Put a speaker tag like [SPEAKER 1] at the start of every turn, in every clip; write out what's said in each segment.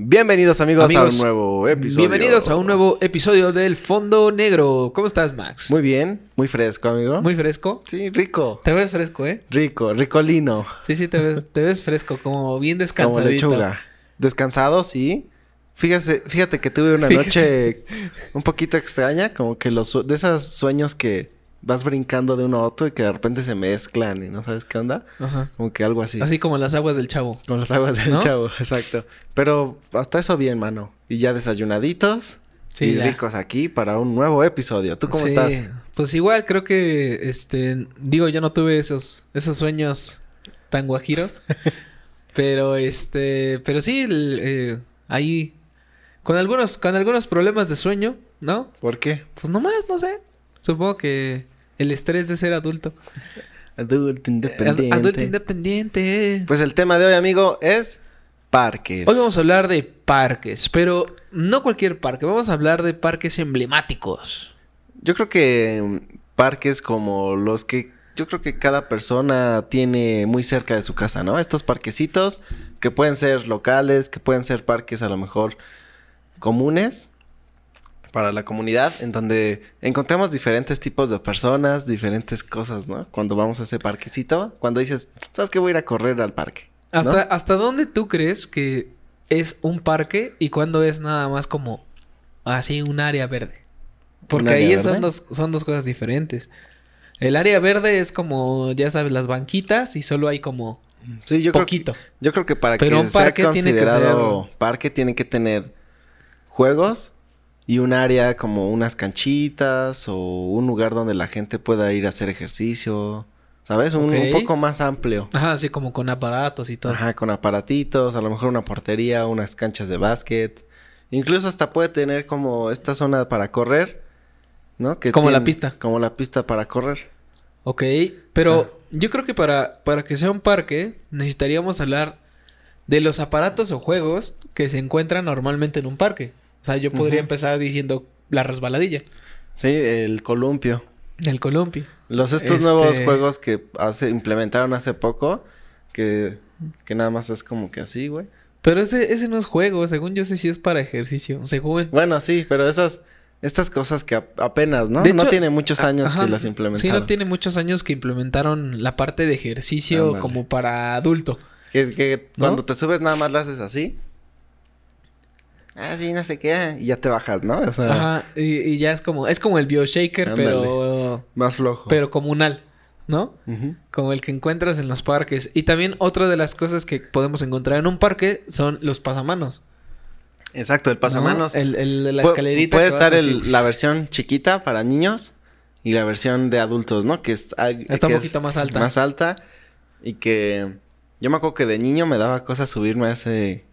[SPEAKER 1] Bienvenidos amigos, a un
[SPEAKER 2] Amigos,
[SPEAKER 1] nuevo episodio.
[SPEAKER 2] Bienvenidos a un nuevo episodio del Fondo Negro. ¿Cómo estás, Max?
[SPEAKER 1] Muy bien, muy fresco, amigo.
[SPEAKER 2] Muy fresco.
[SPEAKER 1] Sí, rico.
[SPEAKER 2] Te ves fresco, ¿eh?
[SPEAKER 1] Rico, ricolino.
[SPEAKER 2] Sí, sí, te ves, te ves fresco, como bien
[SPEAKER 1] Como
[SPEAKER 2] descansadito.
[SPEAKER 1] lechuga. Descansado, sí. Fíjate, fíjate que tuve una
[SPEAKER 2] Fíjese.
[SPEAKER 1] noche un poquito extraña, como que los sue- de esos sueños que vas brincando de uno a otro y que de repente se mezclan y no sabes qué onda.
[SPEAKER 2] Ajá.
[SPEAKER 1] Como que algo así.
[SPEAKER 2] Así como las aguas del chavo.
[SPEAKER 1] Con las aguas del
[SPEAKER 2] ¿No?
[SPEAKER 1] chavo, exacto. Pero hasta eso bien, mano. Y ya desayunaditos.
[SPEAKER 2] Sí,
[SPEAKER 1] y
[SPEAKER 2] ya.
[SPEAKER 1] ricos aquí para un nuevo episodio. ¿Tú cómo
[SPEAKER 2] Sí.
[SPEAKER 1] estás?
[SPEAKER 2] Pues igual, creo que, este, digo, yo no tuve esos, esos sueños tan guajiros. pero, este, pero sí, el, eh, ahí, con algunos, con algunos problemas de sueño, ¿no?
[SPEAKER 1] ¿Por qué?
[SPEAKER 2] Pues nomás, no sé. Supongo que el estrés de ser adulto.
[SPEAKER 1] Adulto independiente.
[SPEAKER 2] Ad- Eh, Adulto independiente. eh.
[SPEAKER 1] Pues el tema de hoy, amigo, es parques.
[SPEAKER 2] Hoy vamos a hablar de parques, pero no cualquier parque. Vamos a hablar de parques emblemáticos.
[SPEAKER 1] Yo creo que mm, parques como los que yo creo que cada persona tiene muy cerca de su casa, ¿no? Estos parquecitos que pueden ser locales, que pueden ser parques a lo mejor comunes para la comunidad, en donde encontramos diferentes tipos de personas, diferentes cosas, ¿no? Cuando vamos a ese parquecito, cuando dices, ¿sabes qué? Voy a ir a correr al parque. ¿no?
[SPEAKER 2] ¿Hasta, ¿Hasta dónde tú crees que es un parque y cuándo es nada más como así un área verde? Porque
[SPEAKER 1] ¿Un área
[SPEAKER 2] ahí
[SPEAKER 1] verde?
[SPEAKER 2] son dos, son dos cosas diferentes. El área verde es como, ya sabes, las banquitas y solo hay como
[SPEAKER 1] Sí, yo creo que-
[SPEAKER 2] poquito.
[SPEAKER 1] Yo creo que para
[SPEAKER 2] Pero
[SPEAKER 1] que
[SPEAKER 2] un
[SPEAKER 1] sea
[SPEAKER 2] parque tiene que
[SPEAKER 1] considerado parque tiene que tener juegos y un área como unas canchitas o un lugar donde la gente pueda ir a hacer ejercicio, ¿sabes? Un, un
[SPEAKER 2] Ok.
[SPEAKER 1] poco más amplio.
[SPEAKER 2] Ajá, así como con aparatos y todo.
[SPEAKER 1] Ajá, con aparatitos, a lo mejor una portería, unas canchas de básquet. Incluso hasta puede tener como esta zona para correr, ¿no? Que
[SPEAKER 2] Como la
[SPEAKER 1] tiene-
[SPEAKER 2] pista.
[SPEAKER 1] Como la pista para correr.
[SPEAKER 2] Ok, pero yo creo que para, para que sea un parque necesitaríamos hablar de los aparatos o juegos que se encuentran normalmente en un parque. O sea, yo podría
[SPEAKER 1] Ujú.
[SPEAKER 2] empezar diciendo la resbaladilla,
[SPEAKER 1] Sí, el columpio.
[SPEAKER 2] el columpio.
[SPEAKER 1] Los estos
[SPEAKER 2] Este-
[SPEAKER 1] nuevos juegos que hace, implementaron hace poco, que, que nada más es como que así, güey.
[SPEAKER 2] Pero ese, ese no es juego, según yo sé si es para ejercicio. Se juegan.
[SPEAKER 1] Bueno, sí, pero esas, estas cosas que ap- apenas, ¿no?
[SPEAKER 2] De
[SPEAKER 1] no
[SPEAKER 2] hecho-
[SPEAKER 1] tiene muchos años
[SPEAKER 2] Ajá,
[SPEAKER 1] que las
[SPEAKER 2] Sí,
[SPEAKER 1] implementaron.
[SPEAKER 2] no tiene muchos años que implementaron la parte de ejercicio
[SPEAKER 1] Ándale.
[SPEAKER 2] como para adulto.
[SPEAKER 1] Que, que
[SPEAKER 2] ¿No?
[SPEAKER 1] cuando te subes nada más la haces así. Ah, sí, no sé qué. Y ya te bajas, ¿no? O sea,
[SPEAKER 2] Ajá, y, y ya es como, es como el bioshaker,
[SPEAKER 1] Ándale.
[SPEAKER 2] pero,
[SPEAKER 1] más flojo.
[SPEAKER 2] pero comunal, ¿no?
[SPEAKER 1] Ujú.
[SPEAKER 2] como el que encuentras en los parques. Y también otra de las cosas que podemos encontrar en un parque son los pasamanos.
[SPEAKER 1] Exacto, el
[SPEAKER 2] ¿no?
[SPEAKER 1] pasamanos.
[SPEAKER 2] El, el de la
[SPEAKER 1] Pu-
[SPEAKER 2] escalerita.
[SPEAKER 1] Puede
[SPEAKER 2] que
[SPEAKER 1] estar
[SPEAKER 2] vas
[SPEAKER 1] el-
[SPEAKER 2] así.
[SPEAKER 1] la versión chiquita para niños y la versión de adultos, ¿no? Que es, ah,
[SPEAKER 2] Está un
[SPEAKER 1] que
[SPEAKER 2] poquito más alta.
[SPEAKER 1] Más alta. Y que yo me acuerdo que de niño me daba cosa subirme a ese.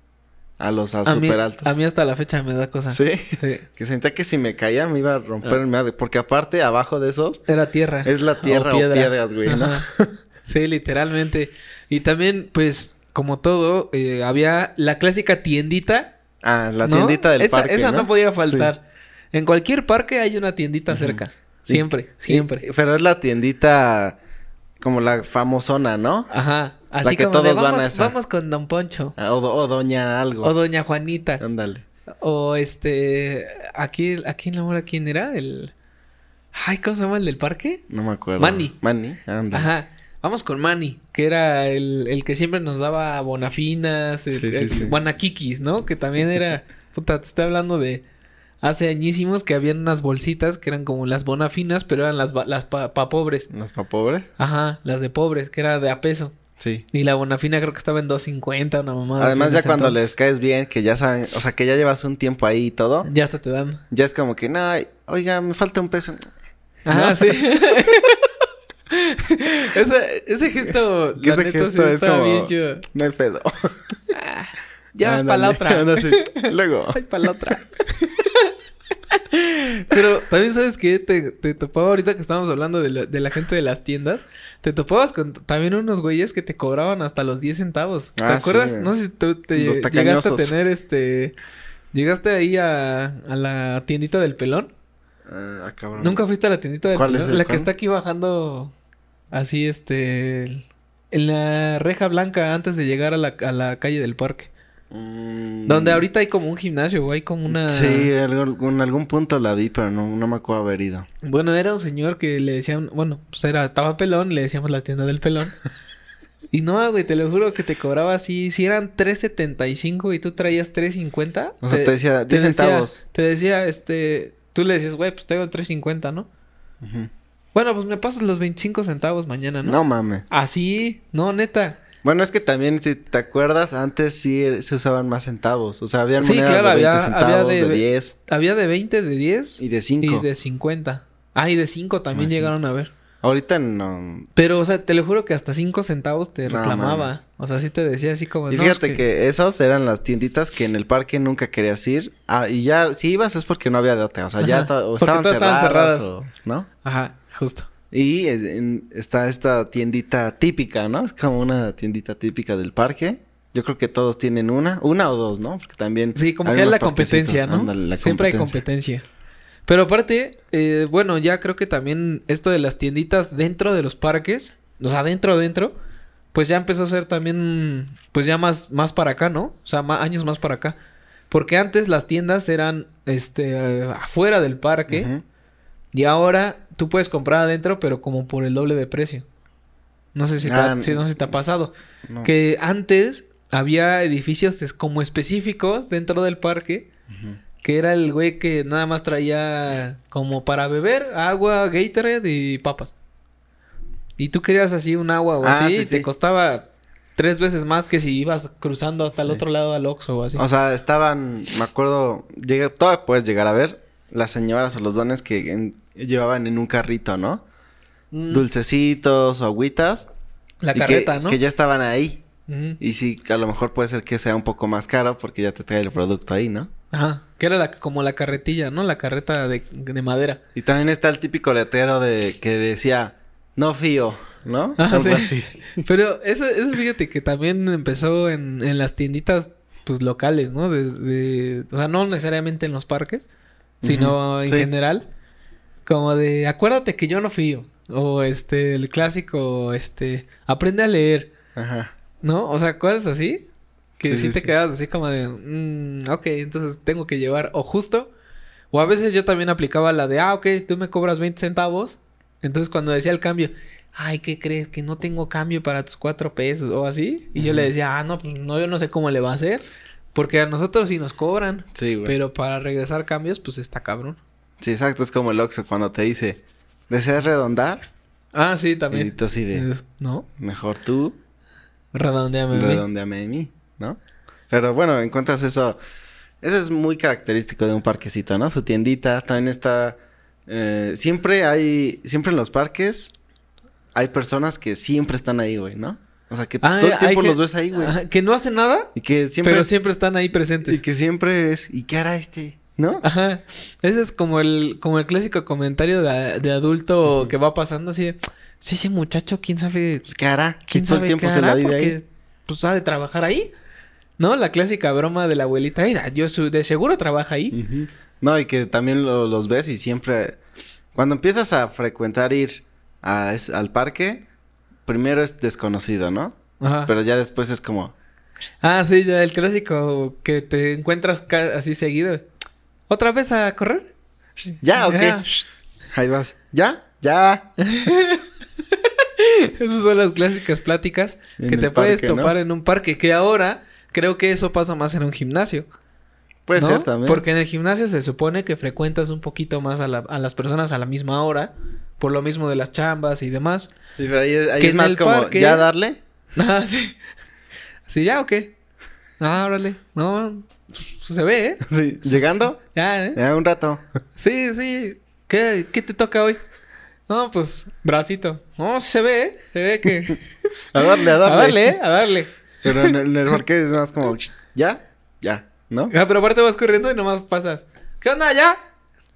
[SPEAKER 1] a los a
[SPEAKER 2] A mí,
[SPEAKER 1] super altos.
[SPEAKER 2] a mí hasta la fecha me da cosa.
[SPEAKER 1] Sí.
[SPEAKER 2] Sí.
[SPEAKER 1] Que sentía que si me caía me iba a
[SPEAKER 2] Ah.
[SPEAKER 1] romper el madre. Porque aparte, abajo de esos,
[SPEAKER 2] Era tierra.
[SPEAKER 1] Es la tierra o piedras, güey, ¿no?
[SPEAKER 2] Ajá. Sí, literalmente. Y también, pues, como todo, eh, había la clásica tiendita.
[SPEAKER 1] ah, la
[SPEAKER 2] ¿no?
[SPEAKER 1] tiendita del
[SPEAKER 2] esa,
[SPEAKER 1] parque.
[SPEAKER 2] Esa no,
[SPEAKER 1] ¿no?
[SPEAKER 2] podía faltar. En cualquier parque hay una tiendita cerca.
[SPEAKER 1] Sí.
[SPEAKER 2] Siempre,
[SPEAKER 1] Sí.
[SPEAKER 2] siempre.
[SPEAKER 1] Y- pero es la tiendita como la famosona, ¿no?
[SPEAKER 2] Ajá. Así
[SPEAKER 1] que
[SPEAKER 2] como de,
[SPEAKER 1] todos van a
[SPEAKER 2] vamos,
[SPEAKER 1] esa".
[SPEAKER 2] vamos con Don Poncho.
[SPEAKER 1] Ah, O, do- o doña algo.
[SPEAKER 2] O Doña Juanita.
[SPEAKER 1] Ándale.
[SPEAKER 2] O este. Aquí, aquí en la hora, ¿quién era? El. Ay, ¿cómo se llama el del parque?
[SPEAKER 1] No me acuerdo.
[SPEAKER 2] Manny.
[SPEAKER 1] Manny, ándale.
[SPEAKER 2] Ajá. Vamos con Manny, que era el, el que siempre nos daba bonafinas, el-
[SPEAKER 1] Sí, sí,
[SPEAKER 2] el-
[SPEAKER 1] sí.
[SPEAKER 2] guanakikis, ¿no? Que también era. Puta, te estoy hablando de. Hace añísimos que habían unas bolsitas que eran como las bonafinas, pero eran las, ba- las pa, pa pobres.
[SPEAKER 1] ¿Los pa' pobres?
[SPEAKER 2] Ajá, las de pobres, que era de a peso.
[SPEAKER 1] Sí.
[SPEAKER 2] Y la bonafina creo que estaba en 2.50, una mamada.
[SPEAKER 1] Además,
[SPEAKER 2] así en
[SPEAKER 1] ya
[SPEAKER 2] ese
[SPEAKER 1] cuando
[SPEAKER 2] entonces.
[SPEAKER 1] les caes bien, que ya saben, o sea, que ya llevas un tiempo ahí y todo,
[SPEAKER 2] Ya hasta te dan.
[SPEAKER 1] ya es como que, no, ay, oiga, me falta un peso.
[SPEAKER 2] Ajá,
[SPEAKER 1] ¿No?
[SPEAKER 2] sí. ese, ese gesto, la
[SPEAKER 1] ese
[SPEAKER 2] neta,
[SPEAKER 1] gesto
[SPEAKER 2] sí,
[SPEAKER 1] es
[SPEAKER 2] estaba
[SPEAKER 1] como-
[SPEAKER 2] bien chido.
[SPEAKER 1] No hay pedo.
[SPEAKER 2] Ah, Ya,
[SPEAKER 1] Ándale,
[SPEAKER 2] para la otra.
[SPEAKER 1] ándale. Luego.
[SPEAKER 2] para la otra. Pero también sabes que te, te topaba ahorita que estábamos hablando de la, de la gente de las tiendas. Te topabas con t- también unos güeyes que te cobraban hasta los 10 centavos. ¿Te
[SPEAKER 1] Ah, sí,
[SPEAKER 2] acuerdas?
[SPEAKER 1] güey.
[SPEAKER 2] no sé si tú te
[SPEAKER 1] Los
[SPEAKER 2] llegaste a
[SPEAKER 1] tacañosos.
[SPEAKER 2] tener este. Llegaste ahí a, a la tiendita del pelón.
[SPEAKER 1] Ah, cabrón.
[SPEAKER 2] ¿Nunca fuiste a la tiendita del
[SPEAKER 1] ¿Cuál
[SPEAKER 2] pelón?
[SPEAKER 1] es el
[SPEAKER 2] La que
[SPEAKER 1] cuál?
[SPEAKER 2] está aquí bajando así, este... el- En la reja blanca antes de llegar a la, a la calle del parque.
[SPEAKER 1] Mm,
[SPEAKER 2] Donde ahorita hay como un gimnasio, güey, hay como una...
[SPEAKER 1] Sí, en algún, en algún punto la vi, pero no, no me acuerdo haber ido.
[SPEAKER 2] Bueno, era un señor que le decían, bueno, pues era, estaba pelón, le decíamos la tienda del pelón. y no, güey, te lo juro que te cobraba así, si eran 3.75 y tú traías 3.50.
[SPEAKER 1] O sea, te decía 10 centavos.
[SPEAKER 2] Te decía, este, tú le decías, güey, pues tengo 3.50, ¿no?
[SPEAKER 1] Ujú.
[SPEAKER 2] Bueno, pues me pasas los 25 centavos mañana, ¿no?
[SPEAKER 1] No mames.
[SPEAKER 2] Así, no, neta.
[SPEAKER 1] Bueno, es que también, si te acuerdas, antes sí er, se usaban más centavos. O sea, había
[SPEAKER 2] Sí,
[SPEAKER 1] monedas
[SPEAKER 2] claro,
[SPEAKER 1] de 20
[SPEAKER 2] había-
[SPEAKER 1] centavos,
[SPEAKER 2] había de
[SPEAKER 1] de,
[SPEAKER 2] ve-
[SPEAKER 1] 10
[SPEAKER 2] Había de 20, de 10
[SPEAKER 1] y de 5.
[SPEAKER 2] y de 50. Ah, y de 5 también
[SPEAKER 1] Ah, sí.
[SPEAKER 2] llegaron a ver.
[SPEAKER 1] Ahorita no.
[SPEAKER 2] Pero, o sea, te lo juro que hasta 5 centavos te
[SPEAKER 1] No
[SPEAKER 2] reclamaba.
[SPEAKER 1] mames.
[SPEAKER 2] o sea, sí te decía así como...
[SPEAKER 1] Y
[SPEAKER 2] pues, "No, es
[SPEAKER 1] fíjate que... esas eran las tienditas que en el parque nunca querías ir. Ah, y ya, si ibas es porque no había de otra. O sea, ya
[SPEAKER 2] Ajá,
[SPEAKER 1] ta- o
[SPEAKER 2] porque
[SPEAKER 1] estaban
[SPEAKER 2] todas
[SPEAKER 1] cerradas.
[SPEAKER 2] estaban
[SPEAKER 1] o- ¿No?
[SPEAKER 2] Ajá, justo.
[SPEAKER 1] Y es- en- está esta tiendita típica, ¿no? Es como una tiendita típica del parque. Yo creo que todos tienen una, una o dos, ¿no? Porque también.
[SPEAKER 2] Sí, como
[SPEAKER 1] hay
[SPEAKER 2] que es
[SPEAKER 1] unos
[SPEAKER 2] la competencia,
[SPEAKER 1] parquecitos,
[SPEAKER 2] ¿no?
[SPEAKER 1] ándale, la
[SPEAKER 2] Siempre hay
[SPEAKER 1] competencia.
[SPEAKER 2] competencia. Pero aparte, eh, bueno, ya creo que también esto de las tienditas dentro de los parques, o sea, dentro, dentro, pues ya empezó a ser también, pues ya más, más para acá, ¿no? O sea, ma- años más para acá. Porque antes las tiendas eran, este, eh, afuera del parque
[SPEAKER 1] Ujú.
[SPEAKER 2] y ahora tú puedes comprar adentro, pero como por el doble de precio. No sé si, te ha-
[SPEAKER 1] Ah,
[SPEAKER 2] sí, no sé si te ha pasado.
[SPEAKER 1] No.
[SPEAKER 2] Que antes había edificios es- como específicos dentro del parque. Que era el güey que nada más traía como para beber agua, Gatorade y papas. Y tú querías así un agua o
[SPEAKER 1] Ah,
[SPEAKER 2] así
[SPEAKER 1] sí,
[SPEAKER 2] y te
[SPEAKER 1] sí.
[SPEAKER 2] costaba tres veces más que si ibas cruzando hasta el
[SPEAKER 1] Sí.
[SPEAKER 2] otro lado al Oxxo o así.
[SPEAKER 1] O sea, estaban, me acuerdo, llegué, todavía puedes llegar a ver las señoras o los dones que en- llevaban en un carrito, ¿no?
[SPEAKER 2] Mm,
[SPEAKER 1] Dulcecitos o agüitas.
[SPEAKER 2] la
[SPEAKER 1] y que-
[SPEAKER 2] carreta, ¿no?
[SPEAKER 1] Que ya estaban ahí.
[SPEAKER 2] Ujú.
[SPEAKER 1] Y sí, a lo mejor puede ser que sea un poco más caro porque ya te trae el producto ahí, ¿no?
[SPEAKER 2] Ajá. Que era la, como la carretilla, ¿no? La carreta de, de madera.
[SPEAKER 1] Y también está el típico letero de que decía, no fío, ¿no?
[SPEAKER 2] Ah,
[SPEAKER 1] Algo
[SPEAKER 2] sí.
[SPEAKER 1] así.
[SPEAKER 2] Pero eso, eso fíjate que también empezó en, en las tienditas pues locales, ¿no? De, de- o sea, no necesariamente en los parques, sino
[SPEAKER 1] Ujú,
[SPEAKER 2] en
[SPEAKER 1] sí.
[SPEAKER 2] general. Como de, acuérdate que yo no fui yo. O este, el clásico, este, aprende a leer,
[SPEAKER 1] Ajá.
[SPEAKER 2] ¿no? O sea, cosas así. Que
[SPEAKER 1] Sí,
[SPEAKER 2] sí,
[SPEAKER 1] sí,
[SPEAKER 2] te
[SPEAKER 1] sí.
[SPEAKER 2] quedas así como de, "Mm, ok, entonces tengo que llevar o justo. O a veces yo también aplicaba la de, ah, ok, tú me cobras 20 centavos. Entonces cuando decía el cambio, ay, ¿qué crees? Que no tengo cambio para tus cuatro pesos o así. Y yo le decía, ah, no, pues no, yo no sé cómo le va a hacer. Porque a nosotros sí nos cobran.
[SPEAKER 1] Sí, güey.
[SPEAKER 2] Pero para regresar cambios, pues está cabrón.
[SPEAKER 1] Sí, exacto. Es como el Oxxo cuando te dice, ¿deseas redondar?
[SPEAKER 2] Ah, sí,
[SPEAKER 1] Y
[SPEAKER 2] también.
[SPEAKER 1] tú así de,
[SPEAKER 2] Eh, ¿No?
[SPEAKER 1] mejor tú.
[SPEAKER 2] Redondeame. güey.
[SPEAKER 1] redondeame de mí, ¿no? Pero bueno, encuentras eso. Eso es muy característico de un parquecito, ¿no? Su tiendita también está. eh, siempre hay. Siempre en los parques hay personas que siempre están ahí, güey, ¿no? O sea, que
[SPEAKER 2] Ah,
[SPEAKER 1] todo el
[SPEAKER 2] hay
[SPEAKER 1] tiempo
[SPEAKER 2] que-
[SPEAKER 1] los ves ahí, güey.
[SPEAKER 2] Ajá, que no hacen nada,
[SPEAKER 1] Y que siempre.
[SPEAKER 2] pero
[SPEAKER 1] es-
[SPEAKER 2] siempre están ahí presentes.
[SPEAKER 1] y que siempre es. ¿Y qué hará este? ¿No?
[SPEAKER 2] Ajá. Ese es como el, como el clásico comentario de, de adulto que va pasando así de, "Sí, ese muchacho, quién sabe,
[SPEAKER 1] Pues, ¿Qué hará? Que
[SPEAKER 2] quién
[SPEAKER 1] todo el
[SPEAKER 2] sabe
[SPEAKER 1] tiempo
[SPEAKER 2] qué
[SPEAKER 1] se la
[SPEAKER 2] hará
[SPEAKER 1] vive
[SPEAKER 2] porque
[SPEAKER 1] ahí.
[SPEAKER 2] pues ha de trabajar ahí. ¿No? La clásica broma de la abuelita, "Ay, yo su- de seguro trabaja ahí."
[SPEAKER 1] Ujú. No, y que también lo- los ves y siempre... Cuando empiezas a frecuentar ir a es- al parque, primero es desconocido, ¿no?
[SPEAKER 2] Ajá.
[SPEAKER 1] Pero ya después es como...
[SPEAKER 2] Ah, sí, ya el clásico que te encuentras ca- así seguido. ¿Otra vez a correr?
[SPEAKER 1] ¿Ya o qué?
[SPEAKER 2] Ah, sh-
[SPEAKER 1] Ahí vas. ¿Ya? ¿Ya?
[SPEAKER 2] Esas son las clásicas pláticas
[SPEAKER 1] En
[SPEAKER 2] que
[SPEAKER 1] el
[SPEAKER 2] te puedes
[SPEAKER 1] parque, ¿no?
[SPEAKER 2] topar en un parque, que ahora creo que eso pasa más en un gimnasio.
[SPEAKER 1] Puede
[SPEAKER 2] ¿no?
[SPEAKER 1] ser también.
[SPEAKER 2] Porque en el gimnasio se supone que frecuentas un poquito más a, la- a las personas a la misma hora, por lo mismo de las chambas y demás.
[SPEAKER 1] Sí, pero ahí es, ahí
[SPEAKER 2] que
[SPEAKER 1] es
[SPEAKER 2] en
[SPEAKER 1] más
[SPEAKER 2] el
[SPEAKER 1] como...
[SPEAKER 2] parque-
[SPEAKER 1] ¿Ya darle?
[SPEAKER 2] Ah, sí. Sí, ya o qué. Ah, órale. No, se ve, ¿eh?
[SPEAKER 1] Sí. ¿Llegando?
[SPEAKER 2] Ya, ¿eh?
[SPEAKER 1] Ya un rato.
[SPEAKER 2] Sí, sí. ¿Qué, qué te toca hoy? No, pues, bracito. No, se ve, ¿eh? Se ve que.
[SPEAKER 1] A darle, a
[SPEAKER 2] A
[SPEAKER 1] darle.
[SPEAKER 2] darle, ¿eh? A darle.
[SPEAKER 1] Pero en el, en el parque es más como... ¿Ya? ¿Ya? ¿No?
[SPEAKER 2] Ah, pero aparte vas corriendo y nomás pasas. ¿Qué onda? ¿Ya?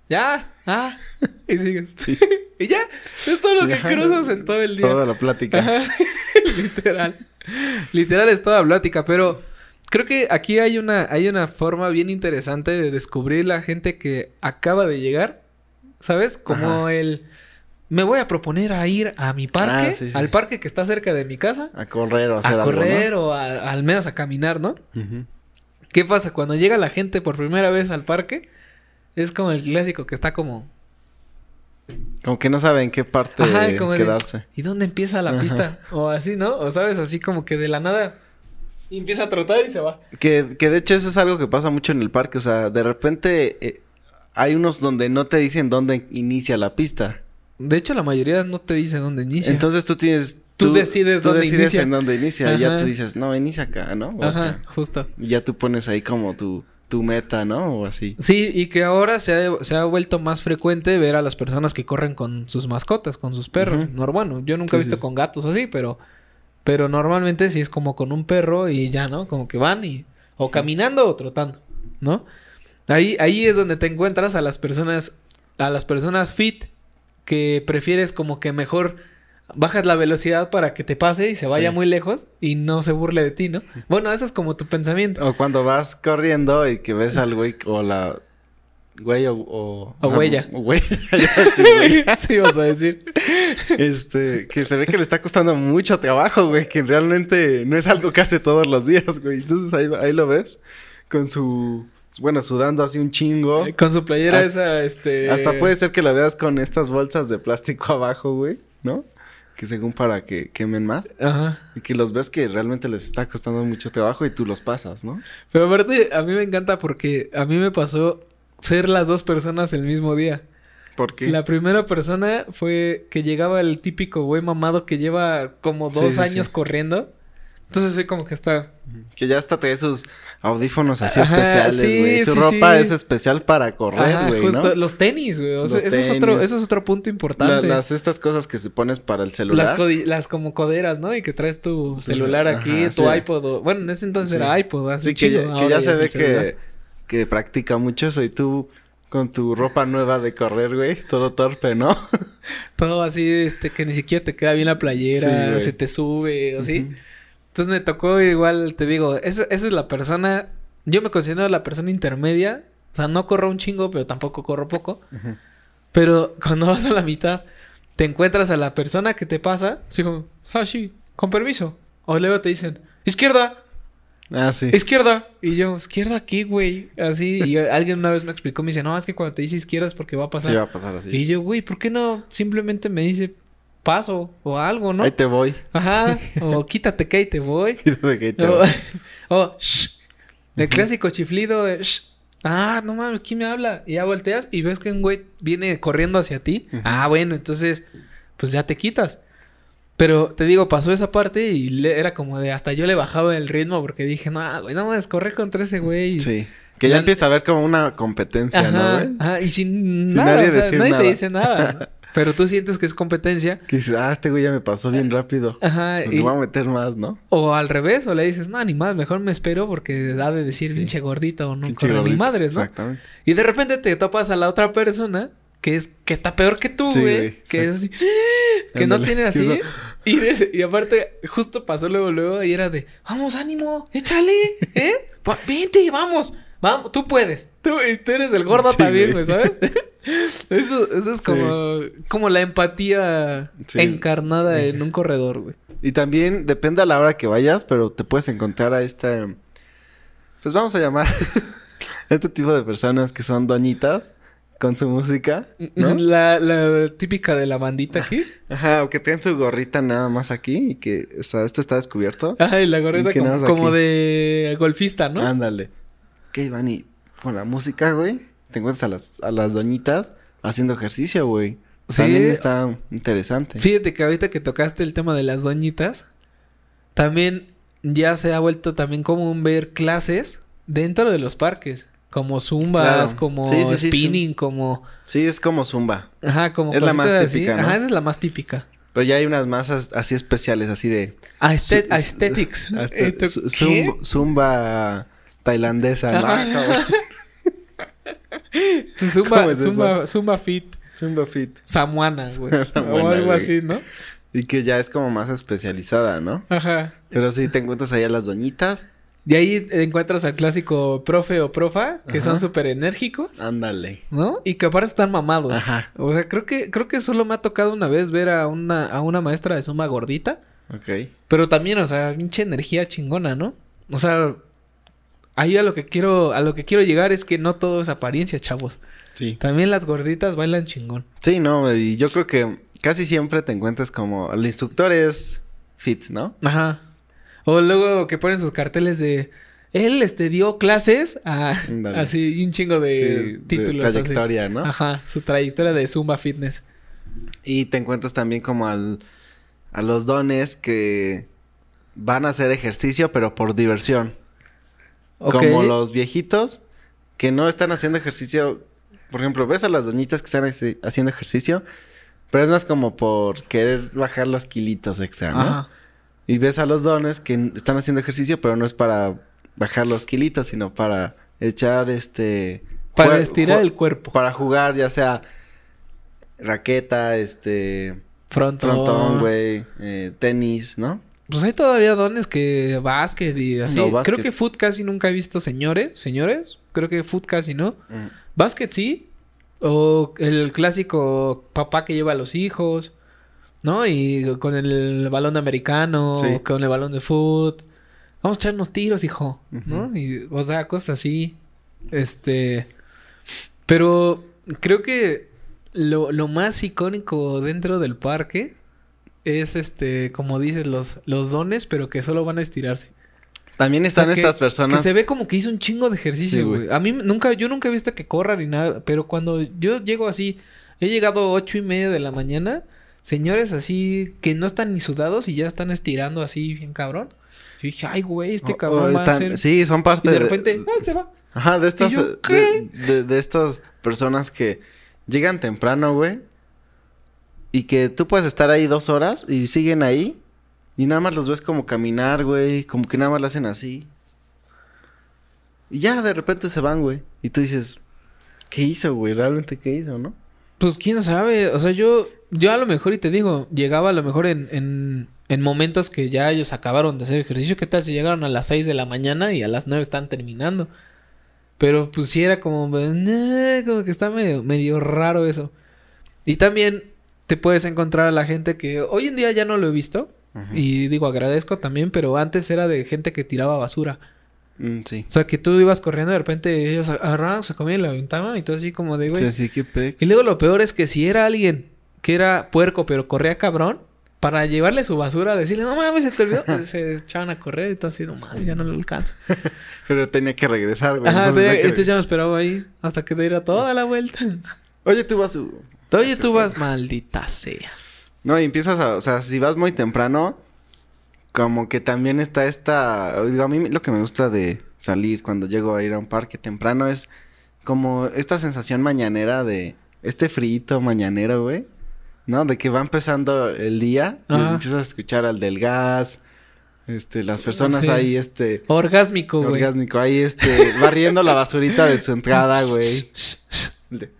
[SPEAKER 2] ¿Ya? ¿Ah? Y sigues. y ya. Es todo lo que
[SPEAKER 1] Ya.
[SPEAKER 2] cruzas en todo el día.
[SPEAKER 1] Toda la plática.
[SPEAKER 2] Ajá, Literal. Literal es toda plática, pero creo que aquí hay una, hay una forma bien interesante de descubrir la gente que acaba de llegar, ¿sabes? Como el... Me voy a proponer a ir a mi parque,
[SPEAKER 1] Ah, sí, sí.
[SPEAKER 2] al parque que está cerca de mi casa,
[SPEAKER 1] A correr o a hacer
[SPEAKER 2] a
[SPEAKER 1] algo, ¿no?
[SPEAKER 2] correr o a- al menos a caminar, ¿no?
[SPEAKER 1] Ujú.
[SPEAKER 2] ¿Qué pasa? Cuando llega la gente por primera vez al parque, es como el clásico que está como.
[SPEAKER 1] Como que no saben en qué parte
[SPEAKER 2] Ajá, como de,
[SPEAKER 1] quedarse.
[SPEAKER 2] ¿Y dónde empieza la pista? O así, ¿no? O sabes, así como que de la nada y empieza a trotar y se va.
[SPEAKER 1] Que, que de hecho eso es algo que pasa mucho en el parque. O sea, de repente eh, hay unos donde no te dicen dónde inicia la pista.
[SPEAKER 2] De hecho, la mayoría no te dice dónde inicia.
[SPEAKER 1] Entonces tú tienes...
[SPEAKER 2] Tú decides dónde
[SPEAKER 1] decides
[SPEAKER 2] inicia.
[SPEAKER 1] en dónde inicia. Y ya
[SPEAKER 2] Ajá.
[SPEAKER 1] tú dices, no, inicia acá, ¿no? O
[SPEAKER 2] Ajá,
[SPEAKER 1] acá.
[SPEAKER 2] justo.
[SPEAKER 1] Y ya tú pones ahí como tu, tu meta, ¿no? O así.
[SPEAKER 2] Sí, y que ahora se ha, se ha vuelto más frecuente ver a las personas que corren con sus mascotas, con sus perros.
[SPEAKER 1] Ujú.
[SPEAKER 2] No, bueno, yo nunca he
[SPEAKER 1] Sí, sí,
[SPEAKER 2] visto
[SPEAKER 1] sí.
[SPEAKER 2] con gatos o así, pero, pero normalmente sí es como con un perro y ya, ¿no? Como que van y o caminando o trotando, ¿no? Ahí, ahí es donde te encuentras a las personas, a las personas fit que prefieres como que mejor bajas la velocidad para que te pase y se vaya
[SPEAKER 1] Sí.
[SPEAKER 2] muy lejos y no se burle de ti, ¿no? Bueno, eso es como tu pensamiento.
[SPEAKER 1] O cuando vas corriendo y que ves al güey o la... Güey o... O,
[SPEAKER 2] O huella.
[SPEAKER 1] Güey. ya iba a decir güey.
[SPEAKER 2] Así vas a decir.
[SPEAKER 1] Este, que se ve que le está costando mucho trabajo, güey, que realmente no es algo que hace todos los días, güey. Entonces ahí, ahí lo ves con su, bueno, sudando así un chingo.
[SPEAKER 2] Con su playera
[SPEAKER 1] Hasta-
[SPEAKER 2] esa, este...
[SPEAKER 1] Hasta puede ser que la veas con estas bolsas de plástico abajo, güey, ¿no? Que según para que quemen más.
[SPEAKER 2] Ajá.
[SPEAKER 1] Y que los ves que realmente les está costando mucho trabajo y tú los pasas, ¿no?
[SPEAKER 2] Pero aparte, a mí me encanta porque a mí me pasó ser las dos personas el mismo día.
[SPEAKER 1] Porque...
[SPEAKER 2] La primera persona fue que llegaba el típico güey mamado que lleva como
[SPEAKER 1] Sí,
[SPEAKER 2] dos
[SPEAKER 1] sí,
[SPEAKER 2] años
[SPEAKER 1] sí.
[SPEAKER 2] corriendo. Entonces soy como que está...
[SPEAKER 1] Que ya hasta trae sus audífonos así
[SPEAKER 2] Ajá,
[SPEAKER 1] especiales,
[SPEAKER 2] sí,
[SPEAKER 1] güey. Su
[SPEAKER 2] sí,
[SPEAKER 1] ropa
[SPEAKER 2] sí.
[SPEAKER 1] es especial para correr,
[SPEAKER 2] Ajá,
[SPEAKER 1] güey, ¿no?
[SPEAKER 2] justo. Los tenis, güey. O sea,
[SPEAKER 1] Los
[SPEAKER 2] eso, es otro,
[SPEAKER 1] tenis.
[SPEAKER 2] eso es otro punto
[SPEAKER 1] La-
[SPEAKER 2] importante.
[SPEAKER 1] las estas cosas que se pones para el celular. Pues,
[SPEAKER 2] Las, codi- las como coderas, ¿no? Y que traes tu celular
[SPEAKER 1] ajá,
[SPEAKER 2] aquí, tu
[SPEAKER 1] sí.
[SPEAKER 2] iPod. o- Bueno, en ese entonces
[SPEAKER 1] Sí.
[SPEAKER 2] era iPod. Hace
[SPEAKER 1] Así
[SPEAKER 2] un
[SPEAKER 1] que, ya-
[SPEAKER 2] chingo,
[SPEAKER 1] que
[SPEAKER 2] ahora
[SPEAKER 1] ya se
[SPEAKER 2] es el
[SPEAKER 1] ve
[SPEAKER 2] celular.
[SPEAKER 1] que, que practica mucho eso y tú con tu ropa nueva de correr, güey, todo torpe, ¿no?
[SPEAKER 2] Todo así, este, que ni siquiera te queda bien la
[SPEAKER 1] Sí,
[SPEAKER 2] playera,
[SPEAKER 1] güey.
[SPEAKER 2] se te sube, o así.
[SPEAKER 1] Ujú.
[SPEAKER 2] Entonces me tocó igual, te digo, esa, esa es la persona, yo me considero la persona intermedia, o sea, no corro un chingo, pero tampoco corro poco.
[SPEAKER 1] Ujú.
[SPEAKER 2] Pero cuando vas a la mitad, te encuentras a la persona que te pasa, así como, ah, sí, con permiso. O luego te dicen, izquierda,
[SPEAKER 1] Ah, sí.
[SPEAKER 2] izquierda. Y yo, izquierda aquí, güey. Así, y alguien una vez me explicó, me dice, no, es que cuando te dice izquierda es porque va a pasar.
[SPEAKER 1] Sí va a pasar así.
[SPEAKER 2] Y yo, güey, ¿por qué no simplemente me dice paso o algo, no?
[SPEAKER 1] Ahí te voy.
[SPEAKER 2] Ajá, o quítate que ahí te voy.
[SPEAKER 1] Fíjate que ahí te
[SPEAKER 2] o,
[SPEAKER 1] voy.
[SPEAKER 2] o, shh, el clásico chiflido de shh. Ah, no mames, ¿quién me habla? Y ya volteas y ves que un güey viene corriendo hacia ti. Ah, bueno, entonces, pues ya te quitas. Pero te digo, pasó esa parte y le- era como de hasta yo le bajaba el ritmo porque dije, no, güey, no mames, correr contra ese güey.
[SPEAKER 1] Sí. Que ya
[SPEAKER 2] La-
[SPEAKER 1] empieza a ver como una competencia,
[SPEAKER 2] Ajá,
[SPEAKER 1] ¿no, güey?
[SPEAKER 2] ajá, y sin,
[SPEAKER 1] Sin
[SPEAKER 2] nada,
[SPEAKER 1] nadie
[SPEAKER 2] o sea,
[SPEAKER 1] decir
[SPEAKER 2] nadie
[SPEAKER 1] nada.
[SPEAKER 2] te dice nada. Pero tú sientes que es competencia.
[SPEAKER 1] Que dices, ah, este güey ya me pasó bien rápido.
[SPEAKER 2] Ajá,
[SPEAKER 1] Pues
[SPEAKER 2] y-
[SPEAKER 1] le voy a meter más, ¿no?
[SPEAKER 2] o al revés, o le dices, no, ni más, mejor me espero porque da de decir pinche gordita o no
[SPEAKER 1] Pinche
[SPEAKER 2] corre mi
[SPEAKER 1] gordito.
[SPEAKER 2] madre, ¿no?
[SPEAKER 1] Exactamente.
[SPEAKER 2] Y de repente te topas a la otra persona que es que está peor que tú,
[SPEAKER 1] Sí,
[SPEAKER 2] güey.
[SPEAKER 1] güey,
[SPEAKER 2] que es así, que no
[SPEAKER 1] Ándale,
[SPEAKER 2] tiene así.
[SPEAKER 1] que
[SPEAKER 2] Y, eres- y aparte, justo pasó luego, luego, y era de, vamos, ánimo, échale, ¿eh? Pa- Vente, vamos, vamos, tú puedes. Tú, y tú eres el gordo
[SPEAKER 1] Sí,
[SPEAKER 2] también,
[SPEAKER 1] güey.
[SPEAKER 2] güey, ¿sabes? Eso, eso es como, como la empatía
[SPEAKER 1] Sí.
[SPEAKER 2] encarnada en un corredor, güey.
[SPEAKER 1] Y también depende a la hora que vayas, pero te puedes encontrar a esta. Pues vamos a llamar a este tipo de personas que son doñitas con su música, ¿no? Ah.
[SPEAKER 2] La, la típica de la bandita aquí.
[SPEAKER 1] Ajá, o que tienen su gorrita nada más aquí y que, o sea, esto está descubierto.
[SPEAKER 2] Ay, la gorrita
[SPEAKER 1] Y que nada
[SPEAKER 2] como,
[SPEAKER 1] más
[SPEAKER 2] como
[SPEAKER 1] aquí.
[SPEAKER 2] de golfista, ¿no?
[SPEAKER 1] Ándale. Ok, van y con la música, güey, te encuentras a las, a las doñitas haciendo ejercicio, güey.
[SPEAKER 2] Sí.
[SPEAKER 1] También está interesante.
[SPEAKER 2] Fíjate que ahorita que tocaste el tema de las doñitas, también ya se ha vuelto también común ver clases dentro de los parques, como zumbas,
[SPEAKER 1] Claro.
[SPEAKER 2] como
[SPEAKER 1] Sí, sí, sí,
[SPEAKER 2] spinning, como
[SPEAKER 1] Sí, es como zumba.
[SPEAKER 2] ajá, como
[SPEAKER 1] Es la más
[SPEAKER 2] cositas así.
[SPEAKER 1] típica, ¿no?
[SPEAKER 2] Ajá, esa es la más típica.
[SPEAKER 1] Pero ya hay unas masas así especiales, así de
[SPEAKER 2] Aesthet-
[SPEAKER 1] Su- su-
[SPEAKER 2] aesthetics.
[SPEAKER 1] Hasta-
[SPEAKER 2] Y Eh, tú,
[SPEAKER 1] zu-
[SPEAKER 2] ¿qué?
[SPEAKER 1] zumba, zumba tailandesa, ¿no?
[SPEAKER 2] Ajá.
[SPEAKER 1] Como- ¿Cómo
[SPEAKER 2] Zumba,
[SPEAKER 1] es
[SPEAKER 2] zumba, zumba fit,
[SPEAKER 1] zumba fit.
[SPEAKER 2] samuana, güey.
[SPEAKER 1] Samuana,
[SPEAKER 2] o algo
[SPEAKER 1] güey.
[SPEAKER 2] así, ¿no?
[SPEAKER 1] Y que ya es como más especializada, ¿no?
[SPEAKER 2] Ajá.
[SPEAKER 1] Pero sí, te encuentras ahí a las doñitas,
[SPEAKER 2] Y ahí encuentras al clásico profe o profa, que son
[SPEAKER 1] Ajá.
[SPEAKER 2] súper enérgicos.
[SPEAKER 1] ándale.
[SPEAKER 2] ¿No? Y que aparte están mamados.
[SPEAKER 1] Ajá.
[SPEAKER 2] O sea, creo que, creo que solo me ha tocado una vez ver a una, a una maestra de suma gordita.
[SPEAKER 1] Ok.
[SPEAKER 2] Pero también, o sea, pinche energía chingona, ¿no? O sea, ahí a lo que quiero, a lo que quiero llegar es que no todo es apariencia, chavos.
[SPEAKER 1] Sí.
[SPEAKER 2] También las gorditas bailan chingón.
[SPEAKER 1] Sí, no, y yo creo que casi siempre te encuentras como el instructor es fit, ¿no?
[SPEAKER 2] Ajá. O luego que ponen sus carteles de él este dio clases a
[SPEAKER 1] Ándale.
[SPEAKER 2] así y un chingo de
[SPEAKER 1] Sí,
[SPEAKER 2] títulos así.
[SPEAKER 1] trayectoria, ¿no?
[SPEAKER 2] Ajá, su trayectoria de Zumba Fitness.
[SPEAKER 1] Y te encuentras también como al, a los dones que van a hacer ejercicio, pero por diversión.
[SPEAKER 2] Ok.
[SPEAKER 1] Como los viejitos que no están haciendo ejercicio. Por ejemplo, ves a las doñitas que están ese- haciendo ejercicio, pero es más como por querer bajar los kilitos extra, ¿no?
[SPEAKER 2] Ajá.
[SPEAKER 1] Y ves a los dones que n- están haciendo ejercicio, pero no es para bajar los kilitos, sino para echar este.
[SPEAKER 2] Para
[SPEAKER 1] jue-
[SPEAKER 2] estirar
[SPEAKER 1] jue-
[SPEAKER 2] el cuerpo.
[SPEAKER 1] Para jugar, ya sea raqueta, este.
[SPEAKER 2] Frontón.
[SPEAKER 1] Frontón, güey, eh, tenis, ¿no?
[SPEAKER 2] Pues hay todavía dones que básquet y así.
[SPEAKER 1] No,
[SPEAKER 2] Creo
[SPEAKER 1] básquet.
[SPEAKER 2] que foot casi nunca he visto señores, señores. Creo que foot casi no. Básquet sí. O el clásico papá que lleva a los hijos. ¿No? Y con el balón de americano,
[SPEAKER 1] Sí.
[SPEAKER 2] o con el balón de foot. Vamos a echarnos tiros, hijo. ¿No?
[SPEAKER 1] Ujú.
[SPEAKER 2] Y, o sea, cosas así. Este. Pero creo que lo, lo más icónico dentro del parque es este, como dices, los, los dones, pero que solo van a estirarse.
[SPEAKER 1] También están
[SPEAKER 2] O sea, que-
[SPEAKER 1] estas personas.
[SPEAKER 2] Que se ve como que hizo un chingo de ejercicio,
[SPEAKER 1] Sí,
[SPEAKER 2] güey.
[SPEAKER 1] güey.
[SPEAKER 2] a mí nunca, yo nunca he visto que corra ni nada, pero cuando yo llego así, he llegado ocho y media de la mañana, señores así que no están ni sudados y ya están estirando así bien cabrón. Yo dije, ay, güey, este
[SPEAKER 1] o- o
[SPEAKER 2] cabrón va a
[SPEAKER 1] están-
[SPEAKER 2] hacer-".
[SPEAKER 1] Sí, son
[SPEAKER 2] y
[SPEAKER 1] parte
[SPEAKER 2] de repente, "Ah, se va.
[SPEAKER 1] Ajá, de estas.
[SPEAKER 2] yo,
[SPEAKER 1] eh,
[SPEAKER 2] ¿qué?
[SPEAKER 1] De, de- de estas personas que llegan temprano, güey. Y que tú puedes estar ahí dos horas y siguen ahí. Y nada más los ves como caminar, güey. Como que nada más lo hacen así. Y ya de repente se van, güey. Y tú dices, ¿qué hizo, güey? ¿Realmente qué hizo, no?
[SPEAKER 2] Pues quién sabe, o sea, yo, yo a lo mejor, y te digo, llegaba a lo mejor en, en, en momentos que ya ellos acabaron de hacer ejercicio, ¿qué tal si llegaron a las 6 de la mañana y a las 9 están terminando? Pero pues sí era como, "Nah", como que está medio, medio raro eso. Y también te puedes encontrar a la gente que hoy en día ya no lo he visto,
[SPEAKER 1] Ajá.
[SPEAKER 2] y digo agradezco también, pero antes era de gente que tiraba basura.
[SPEAKER 1] Mm, sí.
[SPEAKER 2] O sea, que tú ibas corriendo y de repente ellos agarraban, se comían y la aventaban y todo así como de, güey.
[SPEAKER 1] Sí, sí, qué pex.
[SPEAKER 2] Y luego lo peor es que si era alguien que era puerco pero corría cabrón, para llevarle su basura, decirle, no mames, se te olvidó, pues, se echaban a correr y todo así, no mames, ya no lo alcanzo.
[SPEAKER 1] Pero tenía que regresar, güey.
[SPEAKER 2] Ajá,
[SPEAKER 1] entonces
[SPEAKER 2] entonces,
[SPEAKER 1] hay que
[SPEAKER 2] entonces
[SPEAKER 1] regresar.
[SPEAKER 2] ya me esperaba ahí hasta que diera toda la vuelta.
[SPEAKER 1] Oye, tú vas. uh,
[SPEAKER 2] Oye,
[SPEAKER 1] se
[SPEAKER 2] tú
[SPEAKER 1] fue.
[SPEAKER 2] vas, maldita sea.
[SPEAKER 1] No, y empiezas a, o sea, si vas muy temprano, como que también está esta, digo, a mí lo que me gusta de salir cuando llego a ir a un parque temprano es como esta sensación mañanera de este frito mañanero, güey. ¿No? De que va empezando el día y
[SPEAKER 2] Ajá.
[SPEAKER 1] empiezas a escuchar al del gas, este, las personas
[SPEAKER 2] Sí.
[SPEAKER 1] ahí, este,
[SPEAKER 2] Orgásmico, güey.
[SPEAKER 1] orgásmico, ahí, este, barriendo la basurita de su entrada, güey. El de-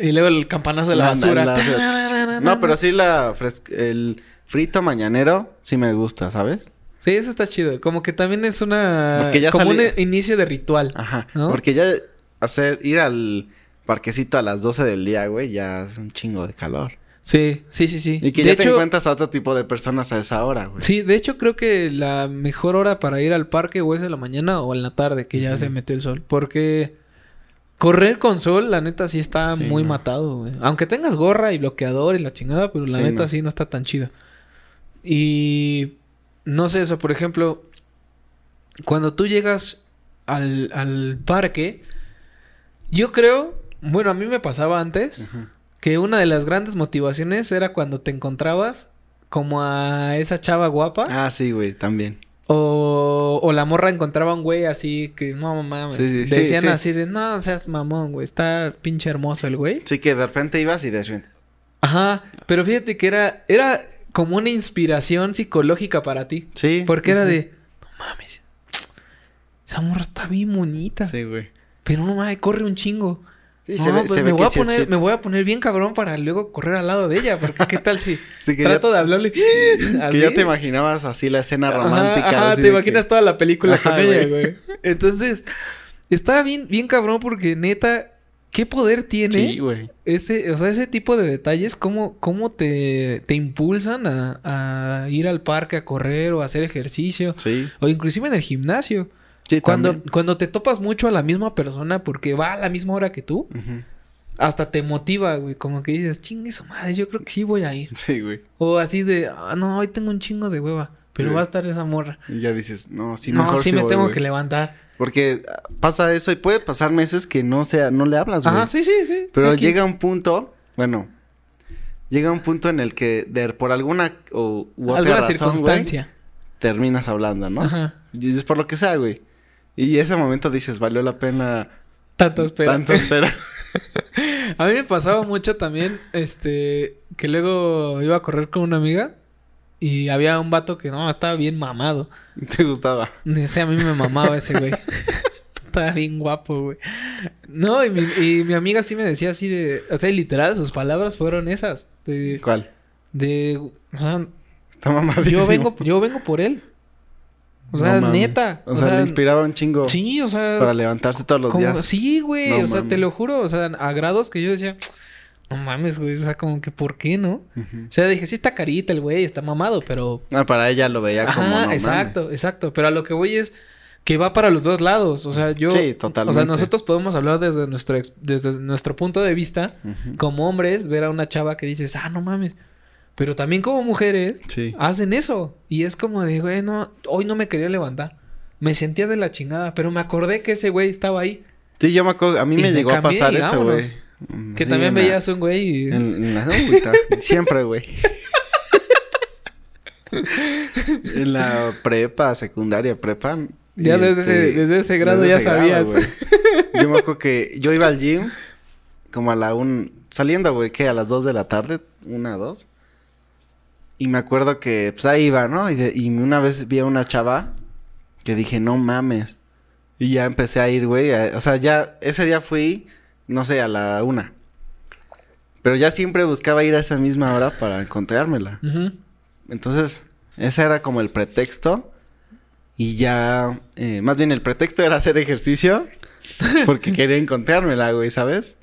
[SPEAKER 2] Y luego el campanazo de la basura.
[SPEAKER 1] la- la- no, pero sí la fres- el frito mañanero sí me gusta, ¿sabes?
[SPEAKER 2] Sí, eso está chido. Como que también es una...
[SPEAKER 1] Porque ya
[SPEAKER 2] como
[SPEAKER 1] sale-
[SPEAKER 2] un inicio de ritual.
[SPEAKER 1] Ajá.
[SPEAKER 2] ¿No?
[SPEAKER 1] Porque ya hacer ir al parquecito a las 12 del día, güey, ya es un chingo de calor.
[SPEAKER 2] Sí, sí, sí, sí.
[SPEAKER 1] Y que
[SPEAKER 2] De
[SPEAKER 1] ya te
[SPEAKER 2] hecho,
[SPEAKER 1] encuentras a otro tipo de personas a esa hora, güey.
[SPEAKER 2] Sí, de hecho creo que la mejor hora para ir al parque o es en la mañana o en la tarde, que ya se metió el sol. Porque correr con sol, la neta, sí está
[SPEAKER 1] Sí,
[SPEAKER 2] muy
[SPEAKER 1] no.
[SPEAKER 2] matado, güey. Aunque tengas gorra y bloqueador y la chingada, pero la
[SPEAKER 1] Sí,
[SPEAKER 2] neta
[SPEAKER 1] no.
[SPEAKER 2] sí no está tan chido. Y no sé, eso, por ejemplo, cuando tú llegas al, al parque, yo creo, bueno, a mí me pasaba antes
[SPEAKER 1] Ajá.
[SPEAKER 2] que una de las grandes motivaciones era cuando te encontrabas como a esa chava guapa.
[SPEAKER 1] Ah, sí, güey, también.
[SPEAKER 2] O, o la morra encontraba un güey así que no mames.
[SPEAKER 1] Sí, sí, sí,
[SPEAKER 2] Decían
[SPEAKER 1] sí.
[SPEAKER 2] así de no seas mamón, güey. Está pinche hermoso el güey.
[SPEAKER 1] Sí que de repente ibas y de repente.
[SPEAKER 2] Ajá. Pero fíjate que era, era como una inspiración psicológica para ti.
[SPEAKER 1] Sí.
[SPEAKER 2] Porque
[SPEAKER 1] sí,
[SPEAKER 2] era
[SPEAKER 1] sí.
[SPEAKER 2] de no mames. Esa morra está bien bonita.
[SPEAKER 1] Sí, güey.
[SPEAKER 2] Pero no mames, corre un chingo.
[SPEAKER 1] Sí,
[SPEAKER 2] No,
[SPEAKER 1] se ve,
[SPEAKER 2] pues
[SPEAKER 1] se
[SPEAKER 2] me
[SPEAKER 1] ve
[SPEAKER 2] voy
[SPEAKER 1] que
[SPEAKER 2] a
[SPEAKER 1] sí es
[SPEAKER 2] poner,
[SPEAKER 1] fit.
[SPEAKER 2] me voy a poner bien cabrón para luego correr al lado de ella, porque qué tal si
[SPEAKER 1] Sí, que ya-
[SPEAKER 2] trato de hablarle.
[SPEAKER 1] Que
[SPEAKER 2] así?
[SPEAKER 1] ya te imaginabas así la escena
[SPEAKER 2] Ajá,
[SPEAKER 1] romántica.
[SPEAKER 2] ajá,
[SPEAKER 1] así
[SPEAKER 2] te
[SPEAKER 1] de que-
[SPEAKER 2] imaginas toda la película
[SPEAKER 1] Ajá,
[SPEAKER 2] con
[SPEAKER 1] güey.
[SPEAKER 2] ella, güey. Entonces, estaba bien, bien cabrón porque neta, ¿Qué poder tiene
[SPEAKER 1] Sí, güey.
[SPEAKER 2] ese, o sea, ese tipo de detalles? ¿Cómo, cómo te, te impulsan a, a ir al parque a correr o a hacer ejercicio?
[SPEAKER 1] Sí.
[SPEAKER 2] O inclusive en el gimnasio.
[SPEAKER 1] Sí,
[SPEAKER 2] Cuando,
[SPEAKER 1] también.
[SPEAKER 2] cuando te topas mucho a la misma persona porque va a la misma hora que tú,
[SPEAKER 1] Ujú.
[SPEAKER 2] hasta te motiva, güey. Como que dices, chingue su madre, yo creo que sí voy a ir.
[SPEAKER 1] Sí, güey.
[SPEAKER 2] O así de, ah, no, hoy tengo un chingo de hueva, pero
[SPEAKER 1] Sí.
[SPEAKER 2] va a estar esa morra.
[SPEAKER 1] Y ya dices, no, sí,
[SPEAKER 2] no,
[SPEAKER 1] mejor
[SPEAKER 2] sí
[SPEAKER 1] sí
[SPEAKER 2] me
[SPEAKER 1] voy,
[SPEAKER 2] tengo
[SPEAKER 1] güey.
[SPEAKER 2] que levantar.
[SPEAKER 1] Porque ah, pasa eso y puede pasar meses que no sea, no le hablas, güey.
[SPEAKER 2] Ajá, sí, sí, sí.
[SPEAKER 1] Pero
[SPEAKER 2] Aquí.
[SPEAKER 1] llega un punto, bueno, llega un punto en el que de- por alguna o, u otra
[SPEAKER 2] alguna
[SPEAKER 1] razón,
[SPEAKER 2] circunstancia.
[SPEAKER 1] güey, terminas hablando, ¿no?
[SPEAKER 2] Ajá.
[SPEAKER 1] Y es por lo que sea, güey. Y ese momento dices, valió la pena
[SPEAKER 2] Tanto espera.
[SPEAKER 1] tanto esperar.
[SPEAKER 2] A mí me pasaba mucho también, este, que luego iba a correr con una amiga y había un vato que no, estaba bien mamado.
[SPEAKER 1] Te gustaba.
[SPEAKER 2] No sé, a mí me mamaba ese güey. Estaba bien guapo, güey. No, y mi, y mi amiga sí me decía así de... O sea, literal, sus palabras fueron esas. De...
[SPEAKER 1] ¿Cuál?
[SPEAKER 2] de o sea,
[SPEAKER 1] Está mamadísimo.
[SPEAKER 2] yo vengo, yo vengo por él. O
[SPEAKER 1] No
[SPEAKER 2] sea,
[SPEAKER 1] mames.
[SPEAKER 2] neta.
[SPEAKER 1] O, sea, le inspiraba un chingo
[SPEAKER 2] Sí, o sea...
[SPEAKER 1] para levantarse todos los
[SPEAKER 2] como-
[SPEAKER 1] días.
[SPEAKER 2] Sí, güey.
[SPEAKER 1] No
[SPEAKER 2] o sea, te
[SPEAKER 1] mames.
[SPEAKER 2] lo juro. O sea, a grados que yo decía... No mames, güey. O sea, como que ¿por qué, no?
[SPEAKER 1] Ujú.
[SPEAKER 2] O sea, dije, sí está carita el güey, está mamado, pero...
[SPEAKER 1] Ah, para ella lo veía como no
[SPEAKER 2] Ajá,
[SPEAKER 1] mames.
[SPEAKER 2] exacto, exacto. Pero a lo que voy es que va para los dos lados. O sea, yo.
[SPEAKER 1] Sí, totalmente.
[SPEAKER 2] O sea, nosotros podemos hablar desde nuestro, ex- desde nuestro punto de vista,
[SPEAKER 1] Ujú.
[SPEAKER 2] como hombres, ver a una chava que dices, ah, no mames. Pero también como mujeres,
[SPEAKER 1] Sí.
[SPEAKER 2] hacen eso. Y es como de, güey, no, hoy no me quería levantar. Me sentía de la chingada, pero me acordé que ese güey estaba ahí.
[SPEAKER 1] Sí, yo me acuerdo, a mí
[SPEAKER 2] Y
[SPEAKER 1] me
[SPEAKER 2] me
[SPEAKER 1] llegó a
[SPEAKER 2] cambié
[SPEAKER 1] pasar
[SPEAKER 2] y
[SPEAKER 1] eso, güey. Mm,
[SPEAKER 2] vámonos. Que
[SPEAKER 1] Sí,
[SPEAKER 2] también
[SPEAKER 1] en la-
[SPEAKER 2] veías un güey y.
[SPEAKER 1] En, en la... Uy, ta- Siempre, güey. en la prepa, secundaria, prepa.
[SPEAKER 2] Ya
[SPEAKER 1] y este,
[SPEAKER 2] desde ese- desde ese grado ya sabías.
[SPEAKER 1] güey. yo me acuerdo que yo iba al gym como a la un... Saliendo, güey, que a las 2 de la tarde, una, dos. Y me acuerdo que, pues ahí iba, ¿no? Y, de- y una vez vi a una chava que dije, no mames. Y ya empecé a ir, güey. a- O sea, ya ese día fui, no sé, a la una. Pero ya siempre buscaba ir a esa misma hora para encontrármela.
[SPEAKER 2] Ujú.
[SPEAKER 1] Entonces, ese era como el pretexto. Y ya, eh, más bien el pretexto era hacer ejercicio. Porque quería encontrármela, güey, ¿sabes?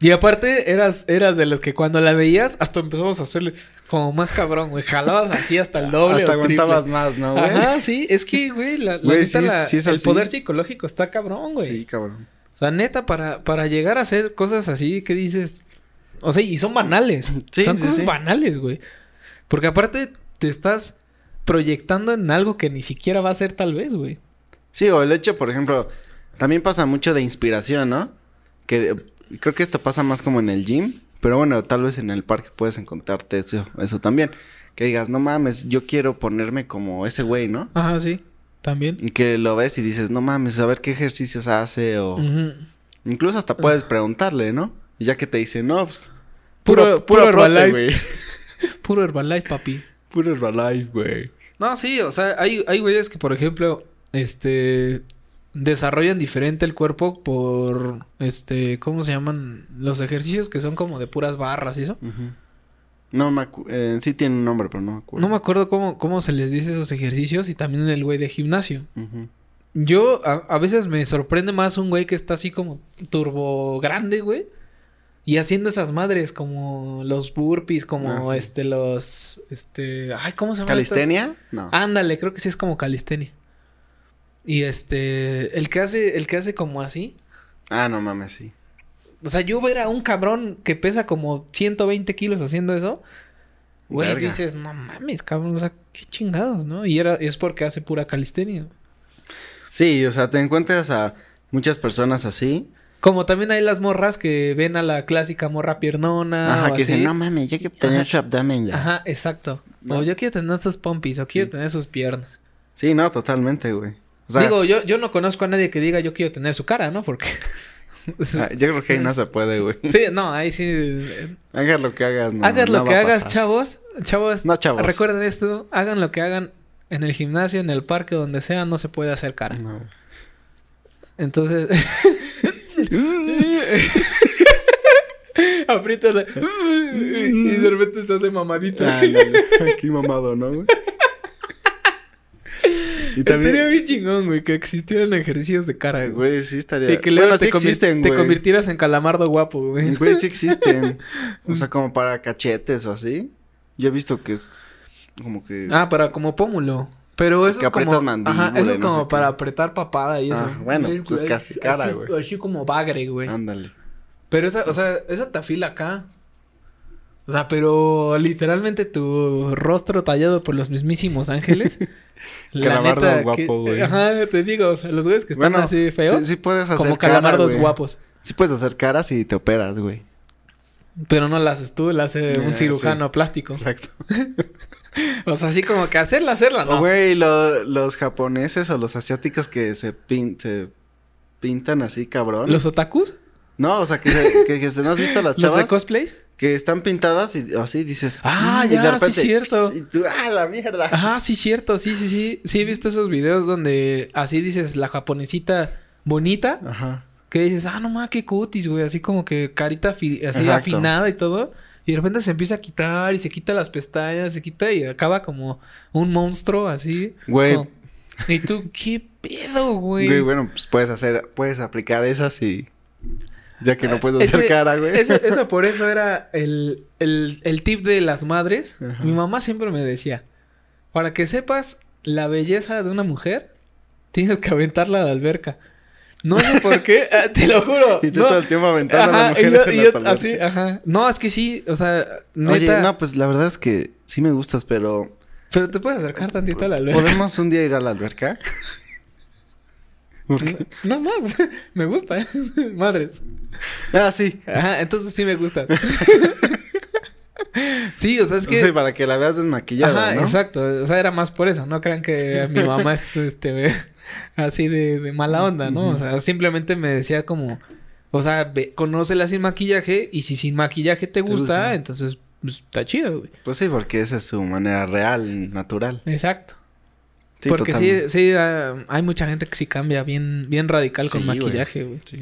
[SPEAKER 2] Y aparte, eras, eras de los que cuando la veías, hasta empezamos a hacerle como más cabrón, güey. Jalabas así hasta el doble.
[SPEAKER 1] Hasta
[SPEAKER 2] o triple.
[SPEAKER 1] aguantabas más, ¿no, güey?
[SPEAKER 2] Ajá, sí. Es que, güey, la, la
[SPEAKER 1] Güey,
[SPEAKER 2] neta,
[SPEAKER 1] sí es-
[SPEAKER 2] la-
[SPEAKER 1] sí es
[SPEAKER 2] el
[SPEAKER 1] así.
[SPEAKER 2] poder psicológico está cabrón, güey.
[SPEAKER 1] Sí, cabrón.
[SPEAKER 2] O sea, neta, para, para llegar a hacer cosas así que dices. O sea, y son banales.
[SPEAKER 1] Sí,
[SPEAKER 2] son
[SPEAKER 1] sí,
[SPEAKER 2] cosas
[SPEAKER 1] sí.
[SPEAKER 2] banales, güey. Porque aparte te estás proyectando en algo que ni siquiera va a ser tal vez, güey.
[SPEAKER 1] Sí, o el hecho, por ejemplo, también pasa mucho de inspiración, ¿no? Que eh, creo que esto pasa más como en el gym, pero bueno, tal vez en el parque puedes encontrarte eso, eso también. Que digas, no mames, yo quiero ponerme como ese güey, ¿no?
[SPEAKER 2] Ajá, sí. También.
[SPEAKER 1] Y que lo ves y dices, no mames, a ver qué ejercicios hace o...
[SPEAKER 2] Ujú.
[SPEAKER 1] Incluso hasta puedes preguntarle, ¿no? Y ya que te dice, no, pues...
[SPEAKER 2] Puro, puro,
[SPEAKER 1] prote,
[SPEAKER 2] Herbalife.
[SPEAKER 1] güey.
[SPEAKER 2] Puro Herbalife, papi.
[SPEAKER 1] Puro Herbalife, güey.
[SPEAKER 2] No, sí, o sea, hay, hay güeyes que, por ejemplo, este desarrollan diferente el cuerpo por este, ¿cómo se llaman? Los ejercicios que son como de puras barras y eso.
[SPEAKER 1] Ujú. No me acu- eh, sí tiene un nombre, pero no me acuerdo.
[SPEAKER 2] No me acuerdo cómo, cómo se les dice esos ejercicios y también el güey de gimnasio.
[SPEAKER 1] Ujú.
[SPEAKER 2] Yo a, a veces me sorprende más un güey que está así como turbo grande, güey. Y haciendo esas madres como los burpees, como
[SPEAKER 1] Ah, sí.
[SPEAKER 2] este, los, este, ay, ¿cómo se llama?
[SPEAKER 1] ¿Calistenia? No.
[SPEAKER 2] Ándale, creo que sí es como calistenia. Y este, el que hace, el que hace como así.
[SPEAKER 1] Ah, no mames, sí.
[SPEAKER 2] O sea, yo ver a un cabrón que pesa como 120 kilos haciendo eso. Güey,
[SPEAKER 1] Verga.
[SPEAKER 2] dices, no mames, cabrón, o sea, qué chingados, ¿no? Y era, es porque hace pura calistenia.
[SPEAKER 1] Sí, o sea, te encuentras a muchas personas así.
[SPEAKER 2] Como también hay las morras que ven a la clásica morra piernona.
[SPEAKER 1] ajá,
[SPEAKER 2] Ah, o
[SPEAKER 1] que dicen,
[SPEAKER 2] así.
[SPEAKER 1] no mames, yo quiero tener
[SPEAKER 2] Ajá.
[SPEAKER 1] su abdomen ya.
[SPEAKER 2] Ajá, exacto.
[SPEAKER 1] No.
[SPEAKER 2] O yo quiero tener esas pompis, o quiero tener sus piernas.
[SPEAKER 1] Sí, no, totalmente, güey. O sea,
[SPEAKER 2] Digo, yo, yo no conozco a nadie que diga yo quiero tener su cara, ¿no? Porque.
[SPEAKER 1] ah, yo creo que ahí no se puede, güey.
[SPEAKER 2] Sí, no, ahí sí. eh,
[SPEAKER 1] Hagas lo que hagas, no.
[SPEAKER 2] hagas
[SPEAKER 1] no
[SPEAKER 2] lo
[SPEAKER 1] va
[SPEAKER 2] que
[SPEAKER 1] a
[SPEAKER 2] hagas,
[SPEAKER 1] pasar.
[SPEAKER 2] chavos. Chavos,
[SPEAKER 1] No, chavos.
[SPEAKER 2] Recuerden esto: hagan lo que hagan en el gimnasio, en el parque, donde sea, no se puede hacer cara.
[SPEAKER 1] No.
[SPEAKER 2] Entonces. Apriétala. y de repente
[SPEAKER 1] Ah,
[SPEAKER 2] se hace mamadita.
[SPEAKER 1] Ándale, Qué mamado, ¿no, güey? Y también-
[SPEAKER 2] Estaría bien chingón, güey, que existieran ejercicios de cara, güey.
[SPEAKER 1] Güey, sí estaría.
[SPEAKER 2] Y que luego
[SPEAKER 1] bueno,
[SPEAKER 2] te,
[SPEAKER 1] sí
[SPEAKER 2] convi-
[SPEAKER 1] existen,
[SPEAKER 2] te
[SPEAKER 1] güey.
[SPEAKER 2] convirtieras en calamardo guapo, güey.
[SPEAKER 1] Güey, sí existen. O sea, como para cachetes o así. Yo he visto que es como que...
[SPEAKER 2] Ah, para como pómulo. Pero eso
[SPEAKER 1] Que
[SPEAKER 2] es como...
[SPEAKER 1] aprietas mandíbula
[SPEAKER 2] Ajá, eso
[SPEAKER 1] y
[SPEAKER 2] es
[SPEAKER 1] no
[SPEAKER 2] como
[SPEAKER 1] sé qué.
[SPEAKER 2] para apretar papada y eso.
[SPEAKER 1] Ah, bueno, pues es casi cara,
[SPEAKER 2] así-
[SPEAKER 1] güey.
[SPEAKER 2] Así como bagre, güey.
[SPEAKER 1] Ándale.
[SPEAKER 2] Pero esa, o sea, esa te afila acá. O sea, pero literalmente tu rostro tallado por los mismísimos ángeles. la
[SPEAKER 1] Calamardo
[SPEAKER 2] neta,
[SPEAKER 1] guapo,
[SPEAKER 2] que-
[SPEAKER 1] güey.
[SPEAKER 2] Ajá, te digo, o sea, los güeyes que están
[SPEAKER 1] Bueno,
[SPEAKER 2] así feos,
[SPEAKER 1] Sí, sí puedes hacer
[SPEAKER 2] como
[SPEAKER 1] cara,
[SPEAKER 2] calamardos
[SPEAKER 1] güey.
[SPEAKER 2] guapos.
[SPEAKER 1] Sí puedes hacer caras y te operas, güey.
[SPEAKER 2] Pero no la haces tú, la hace
[SPEAKER 1] Eh,
[SPEAKER 2] un cirujano plástico.
[SPEAKER 1] Exacto.
[SPEAKER 2] O sea, así como que hacerla, hacerla,
[SPEAKER 1] O,
[SPEAKER 2] ¿no?
[SPEAKER 1] Güey, lo- los japoneses o los asiáticos que se, pin- se pintan así, cabrón.
[SPEAKER 2] ¿Los otakus?
[SPEAKER 1] No, o sea, que, se, que, que se ¿no has visto las
[SPEAKER 2] ¿Los de
[SPEAKER 1] chavas
[SPEAKER 2] cosplays?
[SPEAKER 1] que están pintadas y así dices...
[SPEAKER 2] Ah,
[SPEAKER 1] "Mm", y
[SPEAKER 2] ya, sí es cierto.
[SPEAKER 1] y tú, ¡Ah, la mierda!
[SPEAKER 2] Ajá, sí, cierto, sí, sí, sí. Sí he visto esos videos donde así dices la japonesita bonita.
[SPEAKER 1] Ajá.
[SPEAKER 2] Que dices, ah, no mames, qué cutis, güey. Así como que carita afi- así
[SPEAKER 1] Exacto.
[SPEAKER 2] afinada y todo. Y de repente se empieza a quitar y se quita las pestañas, se quita y acaba como un monstruo así.
[SPEAKER 1] Güey.
[SPEAKER 2] Con- Y tú, ¿qué pedo, güey?
[SPEAKER 1] Güey, bueno, pues puedes hacer, puedes aplicar esas y... Ya que no puedes hacer
[SPEAKER 2] Ah, Ese-
[SPEAKER 1] cara, güey.
[SPEAKER 2] Eso, eso por eso era el, el- el tip de las madres.
[SPEAKER 1] Ajá.
[SPEAKER 2] Mi mamá siempre me decía, para que sepas la belleza de una mujer, tienes que aventarla a la alberca. No sé por qué, ah, te lo juro.
[SPEAKER 1] Y tú
[SPEAKER 2] no.
[SPEAKER 1] todo el tiempo aventando a
[SPEAKER 2] Ajá,
[SPEAKER 1] las mujeres
[SPEAKER 2] y
[SPEAKER 1] en
[SPEAKER 2] yo- y
[SPEAKER 1] las
[SPEAKER 2] yo
[SPEAKER 1] albercas.
[SPEAKER 2] así, ajá. No, es que sí, o sea, neta.
[SPEAKER 1] Oye, no, pues la verdad es que sí me gustas, pero
[SPEAKER 2] Pero te puedes acercar tantito a la alberca.
[SPEAKER 1] ¿podemos un día ir a la alberca? Porque-
[SPEAKER 2] Nada más. me gusta. Madres.
[SPEAKER 1] Ah, sí.
[SPEAKER 2] Ajá, entonces sí me gustas. sí, o sea, es que.
[SPEAKER 1] Sí, para que la veas desmaquillada,
[SPEAKER 2] Ajá,
[SPEAKER 1] ¿no?
[SPEAKER 2] exacto. O sea, era más por eso. No crean que mi mamá es este así de, de mala onda, ¿no? O sea, simplemente me decía como. O sea, ve, conócela sin maquillaje. Y si sin maquillaje te gusta,
[SPEAKER 1] gusta.
[SPEAKER 2] entonces pues, está chido, güey.
[SPEAKER 1] Pues sí, porque esa es su manera real, natural.
[SPEAKER 2] Exacto.
[SPEAKER 1] Sí,
[SPEAKER 2] Porque
[SPEAKER 1] totalmente.
[SPEAKER 2] sí, sí, ah, hay mucha gente que sí cambia bien, bien radical con
[SPEAKER 1] Sí, güey.
[SPEAKER 2] maquillaje, güey.
[SPEAKER 1] Sí.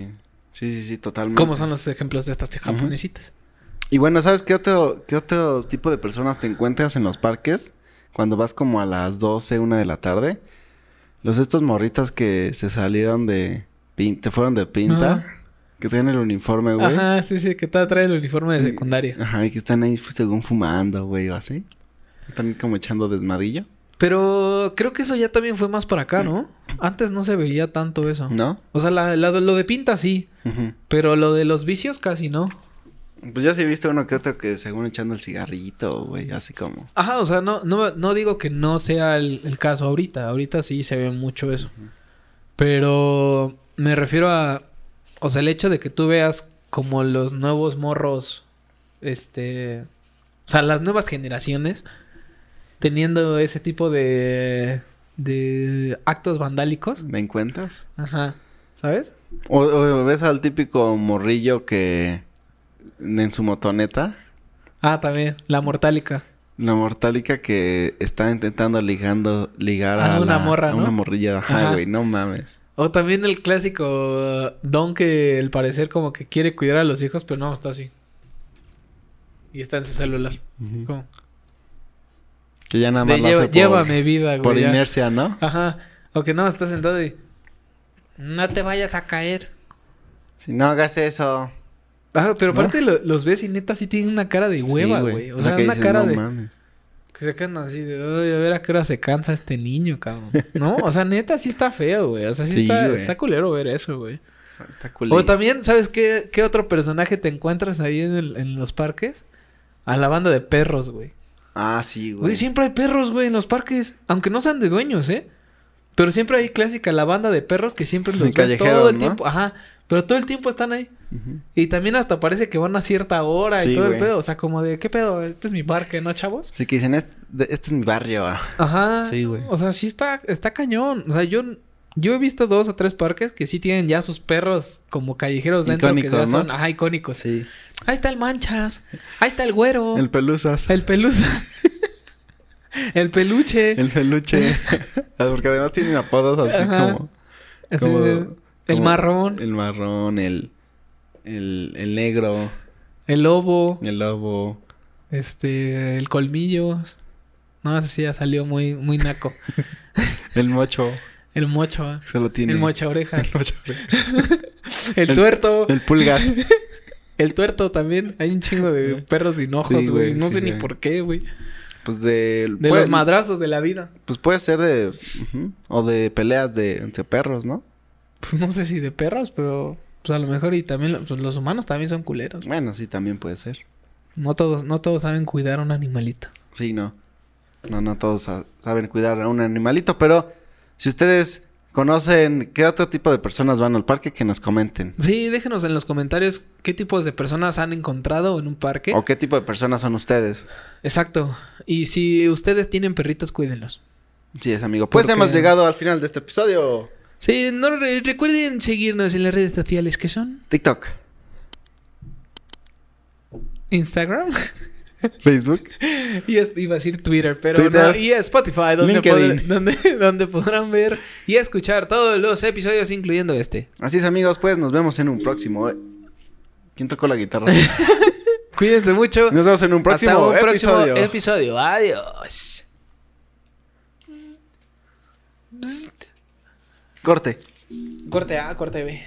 [SPEAKER 1] Sí, sí, sí, totalmente.
[SPEAKER 2] Como son los ejemplos de estas japonesitas.
[SPEAKER 1] Y bueno, ¿sabes qué otro, qué otro tipo de personas te encuentras en los parques? Cuando vas como a las 12, 1 de la tarde. Los estos morritas que se salieron de... pin- te fueron de pinta.
[SPEAKER 2] Ajá.
[SPEAKER 1] Que tienen el uniforme, Ah, güey. Ajá.
[SPEAKER 2] Ajá, sí, sí, que te trae el uniforme de
[SPEAKER 1] Sí.
[SPEAKER 2] secundaria.
[SPEAKER 1] y que están ahí fu- según fumando, güey, o así. Están como echando desmadillo,
[SPEAKER 2] Pero creo que eso ya también fue más para acá, ¿no? Antes no se veía tanto eso.
[SPEAKER 1] ¿no?
[SPEAKER 2] O sea, la- la- lo de pinta sí,
[SPEAKER 1] Ujú.
[SPEAKER 2] pero lo de los vicios casi no.
[SPEAKER 1] Pues yo sí he visto uno que otro que según echando el cigarrito, güey, así como...
[SPEAKER 2] Ajá, o sea, no, no, no digo que no sea el, el caso ahorita. Ahorita sí se ve mucho eso. Pero me refiero a. O sea, el hecho de que tú veas como los nuevos morros. Este. O sea, las nuevas generaciones. Teniendo ese tipo de. de actos vandálicos.
[SPEAKER 1] ¿Me encuentras?
[SPEAKER 2] Ajá. ¿Sabes?
[SPEAKER 1] O, o ves al típico morrillo que en su motoneta,
[SPEAKER 2] Ah, también. La mortálica.
[SPEAKER 1] la mortálica que está intentando ligando, ligar
[SPEAKER 2] A
[SPEAKER 1] a,
[SPEAKER 2] Ah, una
[SPEAKER 1] la-
[SPEAKER 2] morra,
[SPEAKER 1] a
[SPEAKER 2] ¿no?
[SPEAKER 1] una morrilla, ajá,
[SPEAKER 2] Ajá.
[SPEAKER 1] güey, no mames.
[SPEAKER 2] O también el clásico don que al parecer como que quiere cuidar a los hijos, pero no, está así. Y está en su celular. Como,
[SPEAKER 1] Que ya nada
[SPEAKER 2] de
[SPEAKER 1] más lo
[SPEAKER 2] lleva-
[SPEAKER 1] hace por,
[SPEAKER 2] llévame vida, güey.
[SPEAKER 1] por
[SPEAKER 2] ya.
[SPEAKER 1] inercia, ¿no?
[SPEAKER 2] Ajá. O que no, está sentado y... No te vayas a caer.
[SPEAKER 1] Si no hagas eso.
[SPEAKER 2] Ajá, pero
[SPEAKER 1] ¿No?
[SPEAKER 2] aparte lo- los ves y neta sí tienen una cara de hueva,
[SPEAKER 1] Sí,
[SPEAKER 2] güey. O sea, una
[SPEAKER 1] dices,
[SPEAKER 2] cara
[SPEAKER 1] no
[SPEAKER 2] de...
[SPEAKER 1] mames.
[SPEAKER 2] Que se quedan así de... Ay, a ver a qué hora se cansa este niño, cabrón. no, o sea, neta sí está feo, güey. O sea, sí,
[SPEAKER 1] Sí,
[SPEAKER 2] está,
[SPEAKER 1] güey.
[SPEAKER 2] está culero ver eso, güey.
[SPEAKER 1] Está culero.
[SPEAKER 2] O también, ¿sabes qué, qué otro personaje te encuentras ahí en, el- en los parques? A la banda de perros, güey.
[SPEAKER 1] Ah, sí, güey.
[SPEAKER 2] Güey, siempre hay perros, güey, en los parques. Aunque no sean de dueños, ¿eh? Pero siempre hay clásica la banda de perros que siempre
[SPEAKER 1] Sí,
[SPEAKER 2] los ves todo
[SPEAKER 1] callejeros,
[SPEAKER 2] el
[SPEAKER 1] ¿no?
[SPEAKER 2] tiempo. Ajá. Pero todo el tiempo están ahí.
[SPEAKER 1] Ujú.
[SPEAKER 2] Y también hasta parece que van a cierta hora y
[SPEAKER 1] Sí,
[SPEAKER 2] todo el
[SPEAKER 1] güey.
[SPEAKER 2] pedo. O sea, como de, ¿qué pedo? Este es mi parque, ¿no, chavos?
[SPEAKER 1] Así que dicen, este, de- este es mi barrio.
[SPEAKER 2] Ajá.
[SPEAKER 1] Sí, güey.
[SPEAKER 2] O sea, sí está, está cañón. O sea, yo, yo he visto dos o tres parques que sí tienen ya sus perros como callejeros dentro. que ya
[SPEAKER 1] Icónicos, ¿no?
[SPEAKER 2] son, ajá, icónicos.
[SPEAKER 1] Sí.
[SPEAKER 2] Ahí está el manchas. Ahí está el güero.
[SPEAKER 1] El
[SPEAKER 2] El,
[SPEAKER 1] pelusas.
[SPEAKER 2] pelusa. el peluche.
[SPEAKER 1] El peluche. Ah, Porque además tienen apodos así
[SPEAKER 2] Ajá.
[SPEAKER 1] como...
[SPEAKER 2] Así
[SPEAKER 1] como-
[SPEAKER 2] de- el
[SPEAKER 1] como-
[SPEAKER 2] marrón. El,
[SPEAKER 1] El marrón, el, el, el negro,
[SPEAKER 2] lobo.
[SPEAKER 1] el lobo.
[SPEAKER 2] Este. El colmillo. No, sé si ya salió muy, muy naco.
[SPEAKER 1] El mocho.
[SPEAKER 2] El mocho. ah.
[SPEAKER 1] Se lo tiene.
[SPEAKER 2] El mocha oreja.
[SPEAKER 1] El mocho.
[SPEAKER 2] El,
[SPEAKER 1] El-
[SPEAKER 2] tuerto. El...
[SPEAKER 1] El pulgas.
[SPEAKER 2] tuerto también. Hay un chingo de perros sin ojos,
[SPEAKER 1] Sí,
[SPEAKER 2] güey.
[SPEAKER 1] güey,
[SPEAKER 2] no
[SPEAKER 1] sí,
[SPEAKER 2] sé
[SPEAKER 1] sí.
[SPEAKER 2] ni por qué, güey.
[SPEAKER 1] Pues del-
[SPEAKER 2] De
[SPEAKER 1] puede-
[SPEAKER 2] los madrazos de la vida.
[SPEAKER 1] Pues puede ser de. ujú, O de peleas de entre perros, ¿no?
[SPEAKER 2] Pues no sé si de perros, pero pues a lo mejor y también lo- pues, los humanos también son culeros.
[SPEAKER 1] Bueno, sí, también puede ser.
[SPEAKER 2] No todos, no todos saben cuidar a un animalito.
[SPEAKER 1] Sí, no. No, no todos sa- saben cuidar a un animalito, pero si ustedes conocen qué otro tipo de personas van al parque, que nos comenten.
[SPEAKER 2] Sí, déjenos en los comentarios qué tipos de personas han encontrado en un parque.
[SPEAKER 1] O qué tipo de personas son ustedes.
[SPEAKER 2] Exacto. Y si ustedes tienen perritos, cuídenlos.
[SPEAKER 1] Sí, es amigo. Pues
[SPEAKER 2] Porque-
[SPEAKER 1] hemos llegado al final de este episodio.
[SPEAKER 2] Sí, no re- recuerden seguirnos en las redes sociales que son
[SPEAKER 1] TikTok,
[SPEAKER 2] Instagram.
[SPEAKER 1] Facebook,
[SPEAKER 2] Y es- iba a decir Twitter, pero
[SPEAKER 1] Twitter.
[SPEAKER 2] no. Y Spotify, donde,
[SPEAKER 1] LinkedIn.
[SPEAKER 2] podr- donde, donde podrán ver y escuchar todos los episodios, incluyendo este.
[SPEAKER 1] Así es, amigos, pues nos vemos en un próximo. eh. ¿Quién tocó la guitarra?
[SPEAKER 2] Cuídense mucho.
[SPEAKER 1] Nos vemos en un próximo
[SPEAKER 2] Hasta un
[SPEAKER 1] episodio.
[SPEAKER 2] próximo episodio. Adiós.
[SPEAKER 1] Corte.
[SPEAKER 2] Corte A, corte B.